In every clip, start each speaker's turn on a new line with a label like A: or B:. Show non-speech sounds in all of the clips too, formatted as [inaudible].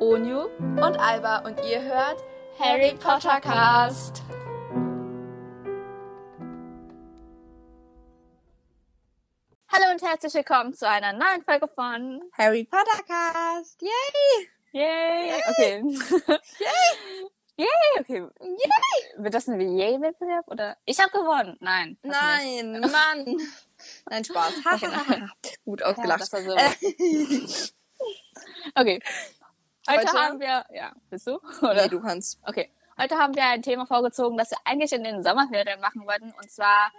A: Onyu und Alba und ihr hört Harry Potter Cast. Hallo und herzlich willkommen zu einer neuen Folge von
B: Harry Potter Cast. Yay!
A: Yay! Okay. Yay! Yay! Okay. Yay! Wird das ein Yay-Wettbewerb oder? Ich habe gewonnen. Nein. das
B: [laughs]
A: nicht.
B: Nein, Mann. Nein, Spaß.
A: [laughs] Okay, nein.
B: Gut
A: Ja,
B: ausgelacht.
A: das war so. Okay. Heute,
B: Heute-
A: haben wir, ja, bist du? [laughs]
B: nee,
A: Oder?
B: du kannst.
A: Okay. Heute haben wir ein Thema vorgezogen, das wir eigentlich in den Sommerferien machen wollten. Und zwar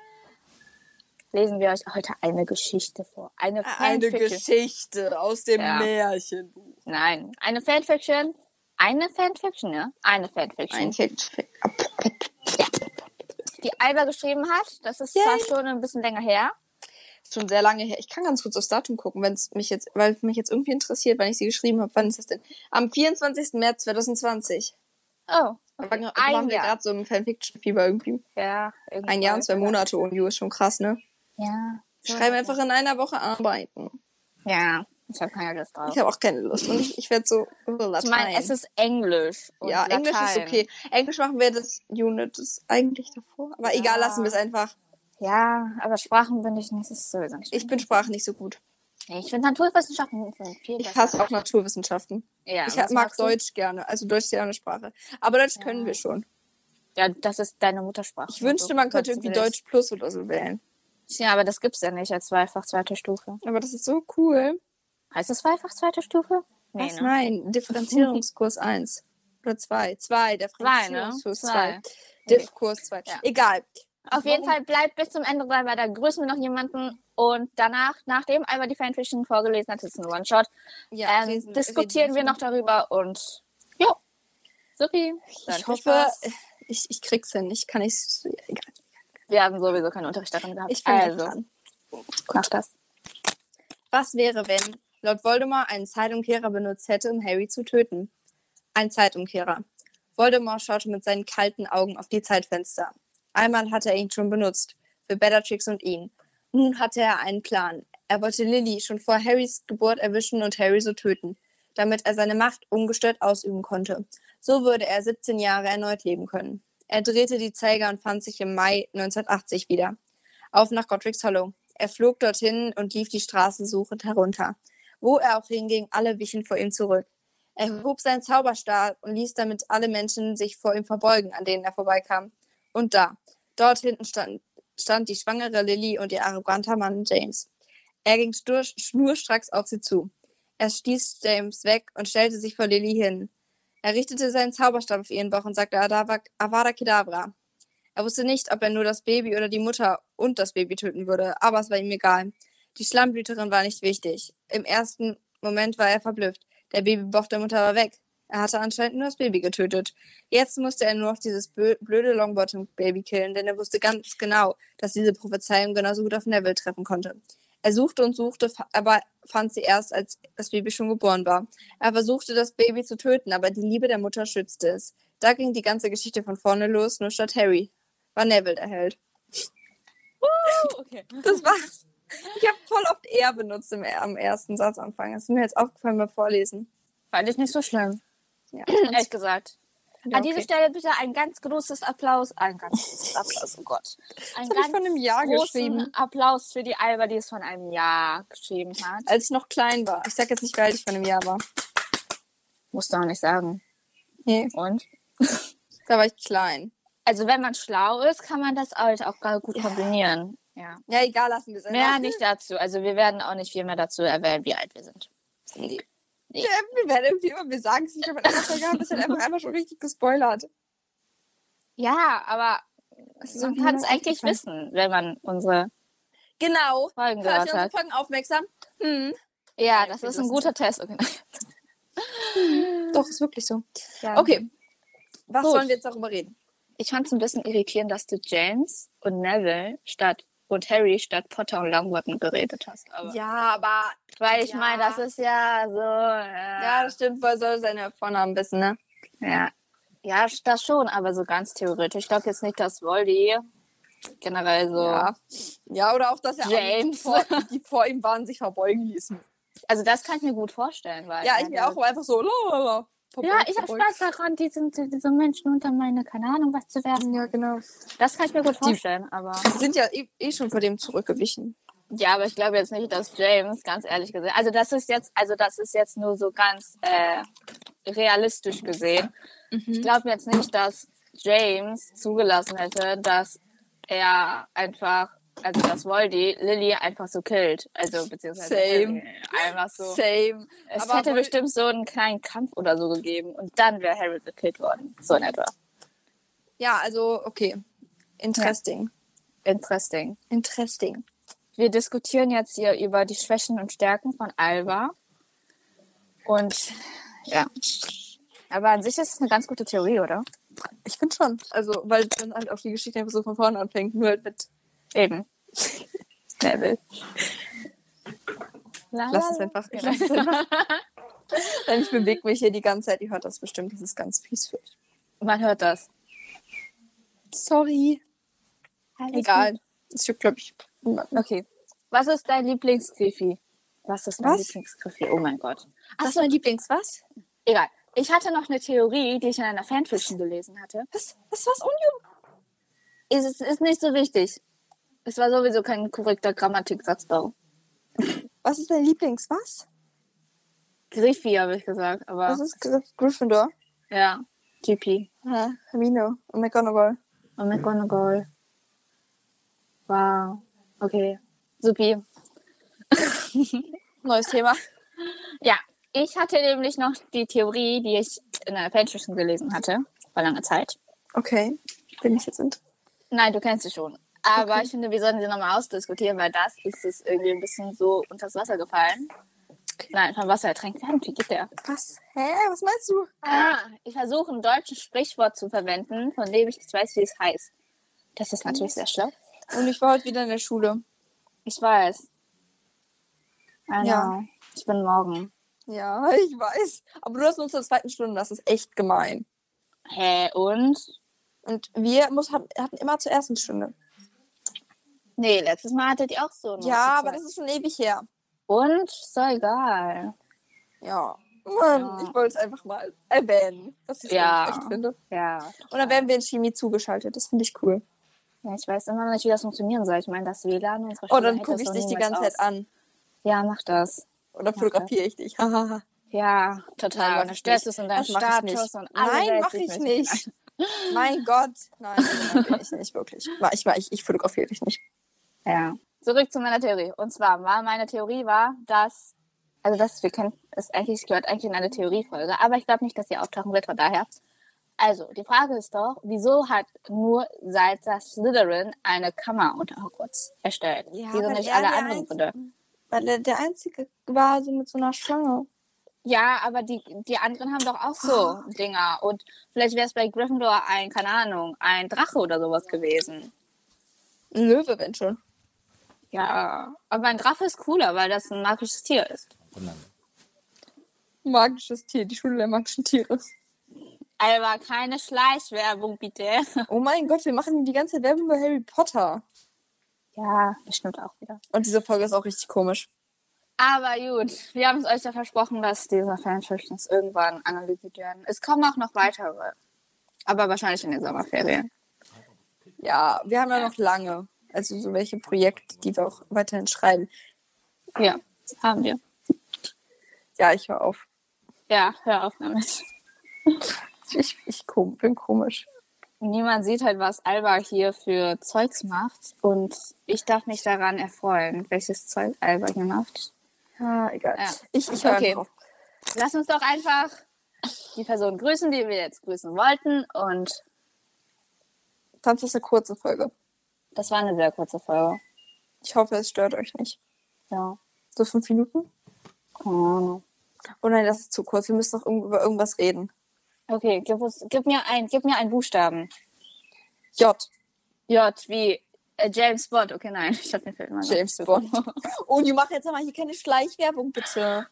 A: lesen wir euch heute eine Geschichte vor. Eine
B: Eine
A: Fanfiction.
B: Geschichte aus dem
A: Ja.
B: Märchenbuch.
A: Nein, eine Fanfiction. Eine Fanfiction, ja? Eine Fanfiction.
B: Fanfiction.
A: Die Alba geschrieben hat. Das ist
B: Yay.
A: zwar schon ein bisschen länger her.
B: Schon sehr lange her. Ich kann ganz kurz aufs Datum gucken, wenn es mich jetzt, weil es mich jetzt irgendwie interessiert, wann ich sie geschrieben habe. Wann ist das denn? Am 24. März 2020.
A: Oh.
B: Da
A: okay.
B: waren, waren wir gerade so im Fanfiction-Fieber irgendwie.
A: Ja, irgendwie
B: Ein Jahr und zwei
A: vielleicht.
B: Monate und you ist schon krass, ne?
A: Ja.
B: Ich schreibe einfach in einer Woche arbeiten.
A: Ja, ich habe keine Lust drauf.
B: Ich habe auch keine Lust. Und ich, ich werde so. so
A: Ich meine, es ist Englisch. Und
B: Ja, Englisch ist
A: Latein.
B: okay. Englisch machen wir das Unit das eigentlich davor. Aber egal,
A: Ja.
B: lassen wir es einfach.
A: Ja, aber Sprachen bin ich nicht, das ist sowieso nicht.
B: Ich bin Sprachen nicht so gut.
A: Nee, ich finde Naturwissenschaften sind viel
B: Ich
A: besser.
B: hasse auch Naturwissenschaften.
A: ja,
B: ich
A: was
B: mag
A: magst du?
B: Deutsch gerne. Also Deutsch ist ja eine Sprache. Aber Deutsch können wir schon.
A: Ja, das ist deine Muttersprache. Also,
B: Ich wünschte, man könnte irgendwie Deutsch Plus oder so wählen.
A: Ja, aber das gibt's ja nicht als zweifach zweite Stufe.
B: Aber das ist so cool.
A: Heißt das zweifach zweite Stufe?
B: Was?
A: ne? [laughs]
B: Nein, ne? Differenzierungskurs 1. Oder 2. 2, Differenzierungskurs
A: Zwei, ne?
B: 2. Diff-Kurs 2.
A: Ja.
B: Egal.
A: Auf jeden
B: Warum?
A: Fall bleibt bis zum Ende dran, weil da grüßen wir noch jemanden und danach, nachdem einmal die Fanfiction vorgelesen hat, das ist ein One-Shot,
B: Ja,
A: ähm,
B: lesen-
A: diskutieren
B: reden
A: wir noch darüber und ja, supi. Dann
B: Ich
A: viel
B: hoffe,
A: Spaß.
B: ich, ich krieg's hin. Ich kann nicht. Egal.
A: wir haben sowieso keinen Unterricht darin gehabt.
B: Ich bin also.
A: also,
B: dran.
A: mach das.
B: Was wäre, wenn Lord Voldemort einen Zeitumkehrer benutzt hätte, um Harry zu töten? Ein Zeitumkehrer. Voldemort schaute mit seinen kalten Augen auf die Zeitfenster. Einmal hatte er ihn schon benutzt, für Bellatrix und ihn. Nun hatte er einen Plan. Er wollte Lily schon vor Harrys Geburt erwischen und Harry so töten, damit er seine Macht ungestört ausüben konnte. So würde er 17 Jahre erneut leben können. Er drehte die Zeiger und fand sich im Mai 1980 wieder auf nach Godric's Hollow. Er flog dorthin und lief die Straßen suchend herunter. Wo er auch hinging, alle wichen vor ihm zurück. Er hob seinen Zauberstab und ließ damit alle Menschen sich vor ihm verbeugen, an denen er vorbeikam. Und da, dort hinten stand, stand die schwangere Lily und ihr arroganter Mann James. Er ging stur, schnurstracks auf sie zu. Er stieß James weg und stellte sich vor Lily hin. Er richtete seinen Zauberstab auf ihren Bauch und sagte Adava- Avada Kedavra. Er wusste nicht, ob er nur das Baby oder die Mutter und das Baby töten würde, aber es war ihm egal. Die Schlammblüterin war nicht wichtig. Im ersten Moment war er verblüfft. Der Babybauch der Mutter war weg. Er hatte anscheinend nur das Baby getötet. Jetzt musste er nur noch dieses bö- blöde Longbottom-Baby killen, denn er wusste ganz genau, dass diese Prophezeiung genauso gut auf Neville treffen konnte. Er suchte und suchte, fa- aber fand sie erst, als das Baby schon geboren war. Er versuchte, das Baby zu töten, aber die Liebe der Mutter schützte es. Da ging die ganze Geschichte von vorne los, nur statt Harry war Neville der Held.
A: Oh, Okay.
B: Das war's. Ich habe voll oft er benutzt im, am ersten Satzanfang. Das ist mir jetzt aufgefallen beim Vorlesen.
A: Fand ich nicht so schlimm. [clears throat]
B: Ja.
A: Ehrlich gesagt.
B: Ja,
A: An dieser
B: okay.
A: Stelle bitte ein ganz großes Applaus. Ein ganz [laughs] großes Applaus, oh Gott. Ein
B: Das habe ich vor
A: ganz
B: einem Jahr geschrieben,
A: großen Applaus für die Alba, die es von einem Jahr geschrieben hat.
B: als ich noch klein war. Ich sag jetzt nicht, wie alt ich vor einem Jahr war.
A: Musst du auch nicht sagen.
B: Nee,
A: Und?
B: da war ich klein.
A: Also wenn man schlau ist, kann man das halt auch gar gut kombinieren. Ja.
B: Ja, egal, lassen wir es
A: Mehr nicht dazu. Also wir werden auch nicht viel mehr dazu erwähnen, wie alt wir sind.
B: Nee. Ja, wir werden irgendwie immer, wir sagen es nicht, aber wir haben es halt einfach, einfach schon richtig gespoilert.
A: Ja, aber
B: Das ist
A: man
B: irgendwie
A: kann es
B: nur
A: eigentlich
B: aufgefallen.
A: wissen, wenn man unsere
B: Genau.
A: Folgen
B: Hört
A: gehört
B: ihr
A: hat.
B: unsere Folgen aufmerksam? Hm.
A: Ja,
B: Ja,
A: das
B: wir
A: ist ein
B: wissen.
A: guter Test. Okay.
B: Doch, ist wirklich so.
A: Ja.
B: Okay. Was
A: Gut.
B: sollen wir jetzt darüber reden?
A: Ich fand es ein bisschen irritierend, dass du James und Neville statt und Harry statt Potter und Longbottom geredet hast. Aber,
B: Ja, aber äh,
A: weil ich
B: ja.
A: meine, das ist ja so. äh,
B: Ja,
A: Ja,
B: das stimmt, weil soll seine Vornamen wissen, ne?
A: ja. ja das schon, aber so ganz theoretisch. Ich glaube jetzt nicht, dass Voldy generell so.
B: Ja. Ja, oder auch, dass er
A: James.
B: Auch die, vor, die vor ihm waren, sich verbeugen ließen.
A: Also das kann ich mir gut vorstellen, weil.
B: Ja, ich mir auch aber einfach so, lalala. vorbei.
A: Ja, ich habe Spaß daran, diesen, diesen Menschen unter meine, keine Ahnung, was zu werden.
B: Ja, genau.
A: Das kann ich mir gut vorstellen, aber.
B: Die sind ja eh, eh schon vor dem zurückgewichen.
A: Ja, aber ich glaube jetzt nicht, dass James, ganz ehrlich gesehen, also das ist jetzt, also das ist jetzt nur so ganz äh, realistisch gesehen.
B: Mhm.
A: Ich glaube jetzt nicht, dass James zugelassen hätte, dass er einfach, also dass Voldy Lilly einfach so killt. Also beziehungsweise
B: Same.
A: Harry einfach so.
B: Same.
A: Es
B: Aber
A: hätte
B: Vol-
A: bestimmt so einen kleinen Kampf oder so gegeben und dann wäre Harry gekillt worden. So in etwa.
B: Ja, also, okay. Interesting.
A: Interesting.
B: Interesting.
A: Wir diskutieren jetzt hier über die Schwächen und Stärken von Alba. Und ja. Aber an sich ist es eine ganz gute Theorie, oder?
B: Ich finde schon. Also, weil dann halt auch die Geschichte einfach so von vorne anfängt, nur halt mit
A: Eben. [laughs]
B: Level. Lass es
A: Lalala.
B: einfach. Ich, lass es einfach.
A: [laughs]
B: Denn ich bewege mich hier die ganze Zeit. Ihr hört das bestimmt. Das ist ganz fies für euch.
A: Man hört das.
B: Sorry. Egal. Das juckt, glaube ich, niemanden.
A: Okay. Was ist dein Lieblingsgriffi? Was ist mein
B: Was?
A: Lieblingsgriffi? Oh mein Gott.
B: Was ist mein Lieblings? Was?
A: Egal. Ich hatte noch eine Theorie, die ich in einer Fanfiction gelesen hatte.
B: Was? Was war's? Union?
A: Es ist, ist nicht so wichtig. Es war sowieso kein korrekter Grammatiksatzbau.
B: Was ist dein Lieblings? Was?
A: Griffi, habe ich gesagt, aber
B: Was ist Gry- Gryffindor?
A: ja, GP.
B: Ah, Hermine und McGonagall.
A: Und McGonagall. Wow. Okay. Supi.
B: Neues Thema.
A: Ja, ich hatte nämlich noch die Theorie, die ich in einer Fanfiction gelesen hatte, vor langer Zeit.
B: Okay. Bin ich jetzt int.
A: Nein, du kennst sie schon. Aber
B: Okay.
A: ich finde, wir sollten sie nochmal ausdiskutieren, weil das ist es irgendwie ein bisschen so unters Wasser gefallen. Nein, vom Wasser ertränkt werden. Wie geht der?
B: Was? Hä? Was meinst du?
A: Ah, ich versuche ein deutsches Sprichwort zu verwenden, von dem ich nicht weiß, wie es heißt. Das ist natürlich sehr schlau.
B: Und ich war heute wieder in der Schule.
A: Ich weiß. I
B: Ja.
A: know. Ich bin morgen.
B: Ja, ich weiß. Aber du hast nur zur zweiten Stunde. Das ist echt gemein.
A: Hä, und?
B: Und wir muss, haben- hatten immer zur ersten Stunde.
A: Nee, letztes Mal hattet ihr auch so. eine
B: Ja, aber
A: Zeit.
B: das ist schon ewig her.
A: Und? Ist doch egal.
B: Ja. Mann,
A: Ja.
B: ich wollte es einfach mal erwähnen, dass ich es
A: Ja.
B: echt finde.
A: Ja.
B: Und dann werden wir in Chemie zugeschaltet. Das finde ich cool. Oh,
A: ja. Ich weiß immer noch nicht, wie das funktionieren soll. Ich meine, das WLAN unserer
B: Oh, dann
A: hält
B: gucke
A: das
B: ich
A: doch
B: dich die
A: niemals
B: ganze
A: aus.
B: Zeit an.
A: Ja, mach das.
B: Oder fotografiere ich dich. [laughs] Hahaha.
A: Ja,
B: Nein,
A: total.
B: mach
A: und dann
B: ich
A: stellst du es in deinen
B: Das mach ich
A: Status
B: nicht.
A: und alle
B: Nein,
A: Welt
B: mache
A: sieht
B: ich
A: mich.
B: nicht. [laughs] mein Gott. Nein, nein, ich nicht wirklich. Ma- Ich, ich, ich fotografiere dich nicht.
A: Ja. Zurück zu meiner Theorie. Und zwar war meine Theorie war, dass also das wir kennen es eigentlich gehört eigentlich in eine Theoriefolge, aber ich glaube nicht, dass sie auftauchen wird. Von daher. Also die Frage ist doch, wieso hat nur Salzer Slytherin eine Kammer unter Hogwarts erstellt?
B: Ja,
A: wieso
B: weil
A: nicht
B: er
A: alle
B: der
A: anderen
B: Einzige-
A: Gründe?
B: Weil er der Einzige war so mit so einer Schlange.
A: Ja, aber die, die anderen haben doch auch so Dinger. Und vielleicht wäre es bei Gryffindor ein, keine Ahnung, ein Drache oder sowas gewesen.
B: Ein Löwe, wenn schon.
A: Ja, aber ein Drache ist cooler, weil das ein magisches Tier ist.
B: Magisches Tier, die Schule der magischen [laughs] Tiere.
A: Aber keine Schleichwerbung, bitte. [laughs]
B: Oh mein Gott, wir machen die ganze Werbung über Harry Potter.
A: Ja, bestimmt auch wieder.
B: Und diese Folge ist auch richtig komisch.
A: Aber gut, wir haben es euch ja versprochen, dass diese Fanfictions irgendwann analysiert werden. Es kommen auch noch weitere. Aber wahrscheinlich in den Sommerferien.
B: Ja, wir haben ja noch lange. Also so welche Projekte, die wir auch weiterhin schreiben.
A: Ja, haben wir.
B: Ja, ich höre auf.
A: Ja, hör auf damit.
B: Ich, ich kom bin komisch.
A: Niemand sieht halt, was Alba hier für Zeugs macht. Und ich darf mich daran erfreuen, welches Zeug Alba hier macht.
B: Ja, egal.
A: Ja.
B: Ich, ich höre okay.
A: Okay.
B: auf.
A: Lass uns doch einfach die Person grüßen, die wir jetzt grüßen wollten. Und
B: Sonst ist eine kurze Folge.
A: das war eine sehr kurze Folge.
B: Ich hoffe, es stört euch nicht.
A: Ja,
B: So fünf Minuten?
A: keine Ahnung.
B: Oh nein, das ist zu kurz. Wir müssen noch irgend- über irgendwas reden.
A: Okay, gib, uns, gib, mir ein, gib mir einen Buchstaben.
B: J.
A: J wie äh, James Bond. Okay, nein, [laughs] ich hab den Film mal.
B: James Bond. [laughs] Oh, die macht jetzt mal hier keine Schleichwerbung, bitte.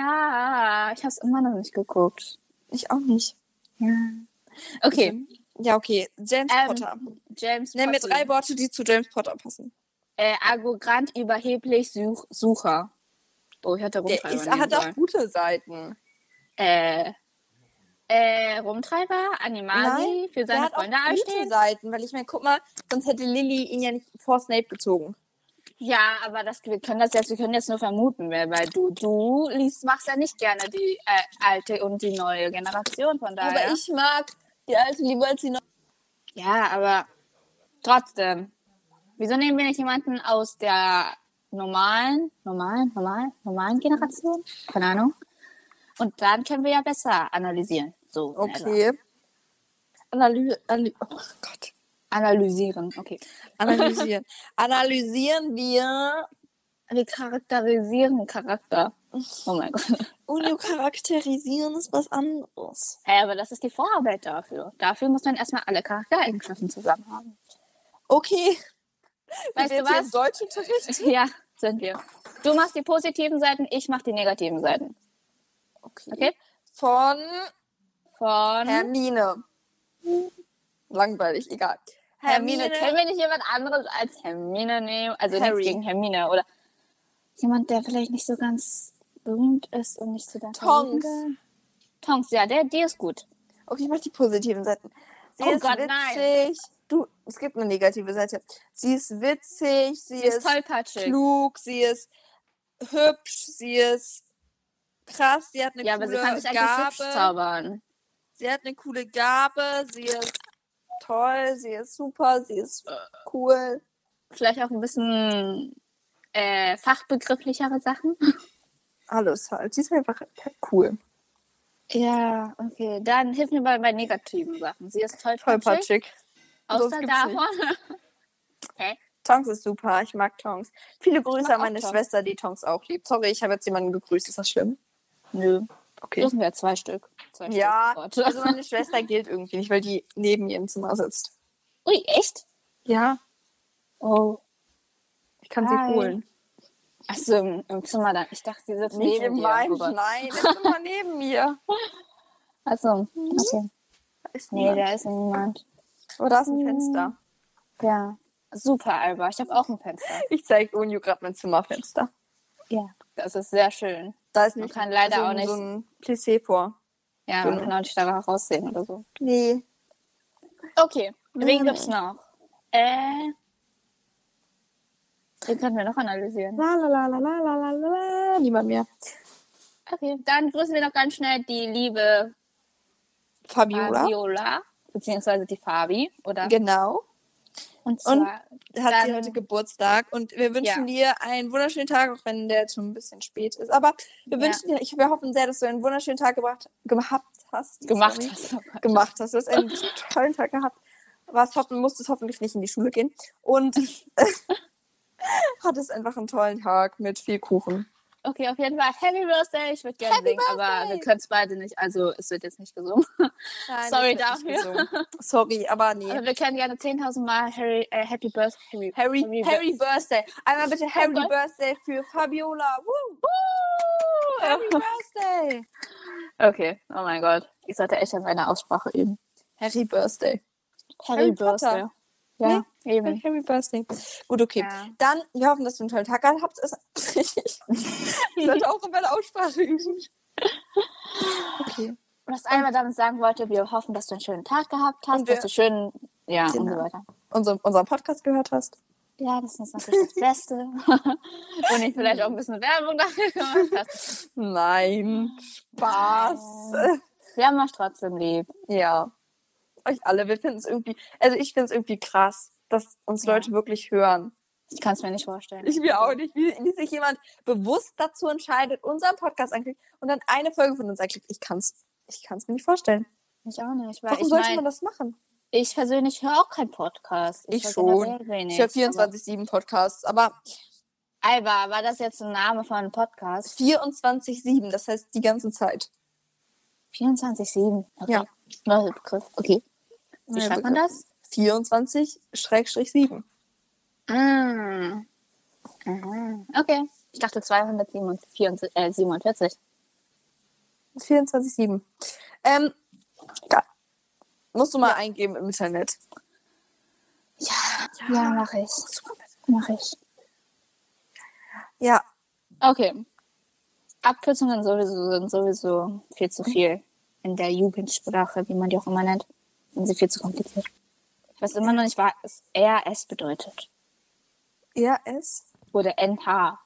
A: Ja, ich hab's immer noch nicht geguckt.
B: Ich auch nicht.
A: Ja. Okay,
B: Ja, okay. James
A: Ähm,
B: Potter.
A: James
B: Nenn mir
A: Potter.
B: drei Worte, die zu James Potter passen.
A: äh, arrogant, überheblich, Such Sucher. Oh, ich hatte
B: Der
A: Rumtreiber
B: ist,
A: nehmen
B: hat auch
A: sollen.
B: gute Seiten.
A: Äh, äh, Rumtreiber, Animali für
B: Der
A: seine
B: hat auch
A: Freunde
B: gute
A: einstehen?
B: Seiten, weil ich meine, guck mal, sonst hätte Lilly ihn ja nicht vor Snape gezogen.
A: Ja, aber das, wir können das jetzt, wir können jetzt nur vermuten, weil, weil du, du liest, machst ja nicht gerne die äh, alte und die neue Generation von daher.
B: Aber ich mag die alte lieber als die neue.
A: ja, aber trotzdem. Wieso nehmen wir nicht jemanden aus der normalen, normalen, normalen, normalen Generation? Keine Ahnung. Und dann können wir ja besser analysieren. So. also in etwa.
B: Okay. Analyse, analy oh Gott.
A: Analysieren, okay.
B: Analysieren. [laughs] Analysieren wir
A: Wir charakterisieren Charakter. Oh mein Gott.
B: [laughs] Unio charakterisieren ist was anderes.
A: Hä, aber das ist die Vorarbeit dafür. Dafür muss man erstmal alle Charaktereigenschaften zusammen haben.
B: Okay.
A: Weißt
B: Sind wir
A: du
B: jetzt
A: was?
B: hier im Deutschunterricht?
A: Ja, sind wir. Du machst die positiven Seiten, ich mach die negativen Seiten.
B: Okay.
A: Okay? Mhm.
B: Von
A: Von Hermine.
B: Hermine. Langweilig, egal.
A: Können wir nicht jemand anderes als Hermine nehmen? Also
B: Harry.
A: nichts gegen Hermine. Oder jemand, der vielleicht nicht so ganz berühmt ist und nicht so der
B: Tonks.
A: Verliebte. Tonks, ja, der, die ist gut.
B: Okay, ich mach die positiven Seiten. Sie
A: Oh
B: ist
A: Gott,
B: witzig.
A: nein.
B: Du, es gibt eine negative Seite. Sie ist witzig, sie,
A: Die ist
B: ist,
A: tollpatschig.
B: klug, sie ist hübsch, sie ist krass, sie hat eine
A: Ja, aber
B: coole
A: sie kann sich eigentlich hübsch
B: Gabe.
A: zaubern.
B: Sie hat eine coole Gabe, sie ist toll, sie ist super, sie ist cool.
A: Vielleicht auch ein bisschen äh, fachbegrifflichere Sachen.
B: Alles halt. Sie ist einfach cool.
A: Ja, okay. Dann hilf mir mal bei negativen Sachen. Sie ist tollpatschig.
B: Tollpatschig. Sonst
A: Außer
B: gibt's
A: davon.
B: Tongs ist super, ich mag Tongs. Viele Grüße
A: mag
B: an
A: auch
B: meine
A: Tongs.
B: Schwester, die Tongs auch liebt. Sorry, ich habe jetzt jemanden gegrüßt, ist das schlimm?
A: Nö.
B: Okay.
A: Das sind ja zwei Stück. Zwei
B: Ja,
A: Stück Worte.
B: also meine Schwester gilt irgendwie nicht, weil die neben ihr im Zimmer sitzt.
A: Ui, echt?
B: Ja,
A: Oh.
B: ich kann
A: Hi.
B: sie holen.
A: Achso, im, im Zimmer dann. Ich dachte, sie sitzt neben dir. Robert. [laughs]
B: nein, im Zimmer neben mir.
A: Achso, okay.
B: Da ist
A: Nee, Mm.
B: niemand.
A: da ist niemand.
B: Oh, da ist ein Fenster.
A: Ja. Super, Alba. Ich habe auch ein Fenster.
B: Ich zeige Unju gerade mein Zimmerfenster.
A: Ja. Das ist sehr schön.
B: Da ist
A: Man
B: nämlich
A: kann leider
B: so,
A: auch
B: ein-
A: nicht-
B: so ein Plissé vor.
A: Ja,
B: Genau.
A: man kann auch nicht danach raussehen oder so.
B: Nee.
A: Okay, wen
B: Ähm.
A: gibt's noch? Äh. Den können wir noch analysieren.
B: La la la la la la la la. Niemand mehr.
A: Okay, dann grüßen wir noch ganz schnell die liebe
B: Fabiola.
A: Fabiola, beziehungsweise die Fabi, oder?
B: Genau.
A: Und
B: Und-
A: zwar,
B: Hat sie
A: Dann-
B: heute Geburtstag und wir wünschen dir einen wunderschönen Tag, auch wenn der jetzt schon ein bisschen spät ist. Aber wir
A: Ja.
B: wünschen dir, ich, wir hoffen sehr, dass du einen wunderschönen Tag gebracht, gehabt hast.
A: gemacht
B: Sorry.
A: hast. aber-
B: gemacht hast. Du hast
A: [laughs]
B: einen tollen Tag gehabt. Warst hoffen, musstest hoffentlich nicht in die Schule gehen.
A: [laughs]
B: Und hattest einfach einen tollen Tag mit viel Kuchen.
A: Okay, auf jeden Fall Happy Birthday. Ich würde gerne singen, aber wir können es beide nicht. Also es wird jetzt nicht gesungen.
B: Nein,
A: Sorry
B: das wird nicht gesungen. Sorry, aber nee.
A: Aber wir können gerne 10.000 Mal Harry, äh, Happy Birthday Harry.
B: Harry, Harry, Birthday. Einmal bitte Harry
A: Oh Gott.
B: Birthday für Fabiola. Woo, [laughs]
A: Woo!
B: Harry Birthday.
A: Okay, oh mein Gott. Ich sollte echt an meiner Aussprache üben.
B: Harry Birthday.
A: Harry,
B: Harry
A: Birthday.
B: Potter.
A: Ja, eben.
B: Harry Birthday. Gut, okay.
A: Ja.
B: Dann, wir hoffen, dass du einen tollen Tag gehabt habt.
A: [laughs]
B: Ich sollte auch in meiner Aussprache üben. Okay.
A: Was einmal damit sagen wollte, wir hoffen, dass du einen schönen Tag gehabt hast,
B: Und wir-
A: dass du schön, ja, und so
B: Genau.
A: weiter.
B: unser, unseren Podcast gehört hast.
A: Ja, das ist natürlich das Beste. [laughs] und ich vielleicht auch ein bisschen Werbung dafür gemacht hast.
B: Nein, Spaß.
A: Wir haben euch trotzdem lieb.
B: Ja, euch alle. Wir finden es irgendwie, also ich finde es irgendwie krass, dass uns
A: Ja.
B: Leute wirklich hören.
A: Ich kann es mir nicht vorstellen.
B: Ich mir auch nicht, wie, wie sich jemand bewusst dazu entscheidet, unseren Podcast anklickt und dann eine Folge von uns anklickt. Ich kann es ich kann's mir nicht vorstellen.
A: Ich auch nicht, weil
B: Warum
A: ich
B: sollte
A: mein,
B: man das machen?
A: ich persönlich höre auch keinen Podcast.
B: Ich
A: höre
B: schon.
A: generell Wenig,
B: ich höre 24-7 Podcasts, aber
A: Aber, Alba, war das jetzt ein Name von einem Podcast?
B: 24-7, das heißt die ganze Zeit.
A: 24-7. Okay.
B: Ja.
A: Neuer Begriff. Okay. Wie
B: Neuer
A: schreibt man das?
B: 24-7.
A: Ah. Aha. Okay. Ich dachte 247. Äh, 47.
B: 24-7. Ähm, da. Musst du mal eingeben im Internet.
A: Ja, ja, mache ich. Mache ich.
B: Ja,
A: Okay. Abkürzungen sowieso sind sowieso viel zu viel. in der Jugendsprache, wie man die auch immer nennt. Sind sie viel zu kompliziert. Ich weiß immer noch nicht, was RS bedeutet.
B: RS?
A: Oder NH.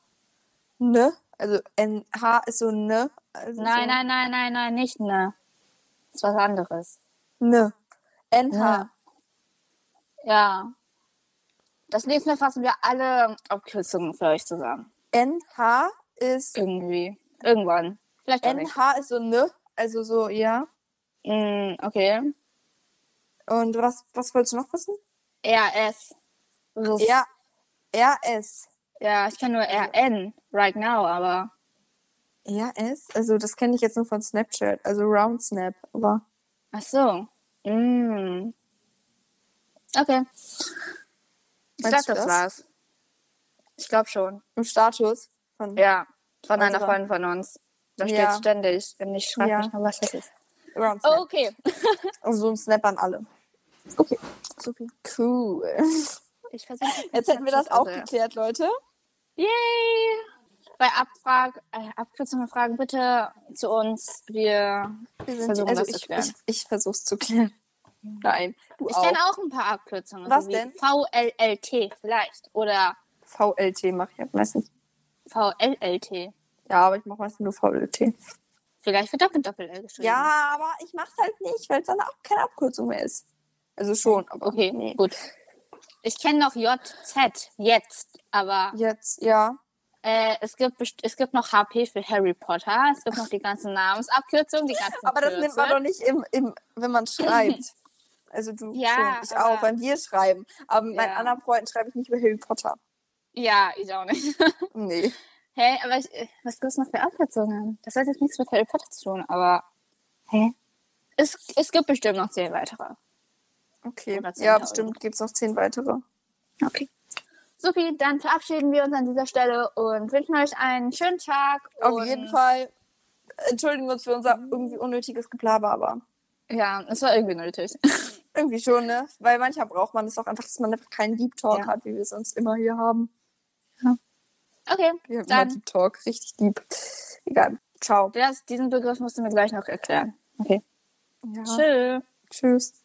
B: Ne? Also NH ist so ne. Also
A: Nein,
B: so
A: nein, nein, nein, nein, nicht ne. Das ist was anderes.
B: Ne. NH.
A: Ne. Ja. Das nächste Mal fassen wir alle Abkürzungen für euch zusammen.
B: NH ist.
A: Irgendwie. Irgendwann. Vielleicht auch nicht.
B: NH ist so ne. Also so, ja.
A: Mm, okay.
B: Und was, was wolltest du noch wissen?
A: RS. Riss.
B: Ja. RS.
A: Ja, ich kann nur RN right now, aber
B: RS? Also das kenne ich jetzt nur von Snapchat. Also Round Snap. Aber
A: ach so. Mm. Okay. Ich glaube,
B: Meinst du
A: das
B: das?
A: war's. Ich glaube schon.
B: im Status von
A: Ja, von
B: Also
A: einer
B: dann-
A: Freundin von uns. Da steht
B: Ja.
A: ständig. Und ich frage
B: Ja.
A: mich noch, was das ist.
B: Round
A: Oh.
B: Snap.
A: Okay.
B: Also so ein Snap an alle. Okay.
A: Supi.
B: Cool.
A: Ich versuche.
B: Jetzt hätten wir das auch
A: also
B: geklärt, Leute.
A: Yay! Bei Abfrag, äh, Abkürzungen fragen bitte zu uns. Wir.
B: Wir sind,
A: Versuchen,
B: also
A: das zu
B: ich,
A: klären.
B: ich, ich versuche es zu klären. Nein. Du
A: Ich
B: auch.
A: kenne auch ein paar Abkürzungen.
B: Was
A: so wie
B: denn?
A: VLLT vielleicht. Oder
B: VLT mache ich am meisten.
A: VLLT.
B: Ja, aber ich mache meistens nur VLT.
A: Vielleicht wird auch mit Doppel-L geschrieben.
B: Ja, aber ich mache es halt nicht, weil es dann auch keine Abkürzung mehr ist. Also schon, aber
A: Okay,
B: nee.
A: gut. Ich kenne noch JZ jetzt, aber
B: Jetzt, ja.
A: äh, es, gibt best- es gibt noch HP für Harry Potter, es gibt noch die ganzen Namensabkürzungen, die ganzen
B: Aber das nimmt man
A: Kürzel.
B: doch nicht, im, im, wenn man schreibt. Also du
A: [laughs] Ja,
B: schon, ich
A: aber-
B: auch, wenn wir schreiben. Aber mit meinen
A: Ja.
B: anderen Freunden schreibe ich nicht über Harry Potter.
A: Ja, ich auch nicht. [laughs]
B: Nee.
A: Hey, aber ich, äh, was gibt es noch für Abkürzungen? Das hat jetzt nichts mit Harry Potter zu tun, aber hä? Es, es gibt bestimmt noch zehn weitere.
B: Okay.
A: Oder 10.000.
B: Ja, bestimmt gibt es noch zehn weitere.
A: Okay. Sophie, dann verabschieden wir uns an dieser Stelle und wünschen euch einen schönen Tag.
B: Auf
A: und
B: jeden Fall entschuldigen wir uns für unser irgendwie unnötiges Geplaber, aber
A: Ja, es war irgendwie nötig.
B: irgendwie schon, ne? Weil manchmal braucht man es auch einfach, dass man einfach keinen Deep Talk
A: Ja.
B: hat, wie wir es sonst immer hier haben.
A: [laughs] Okay,
B: Wir haben
A: Dann-
B: immer Deep Talk, richtig deep. Egal. Ciao.
A: Genau, das, diesen Begriff musst du mir gleich noch erklären. Okay.
B: Ja.
A: Tschö.
B: Tschüss.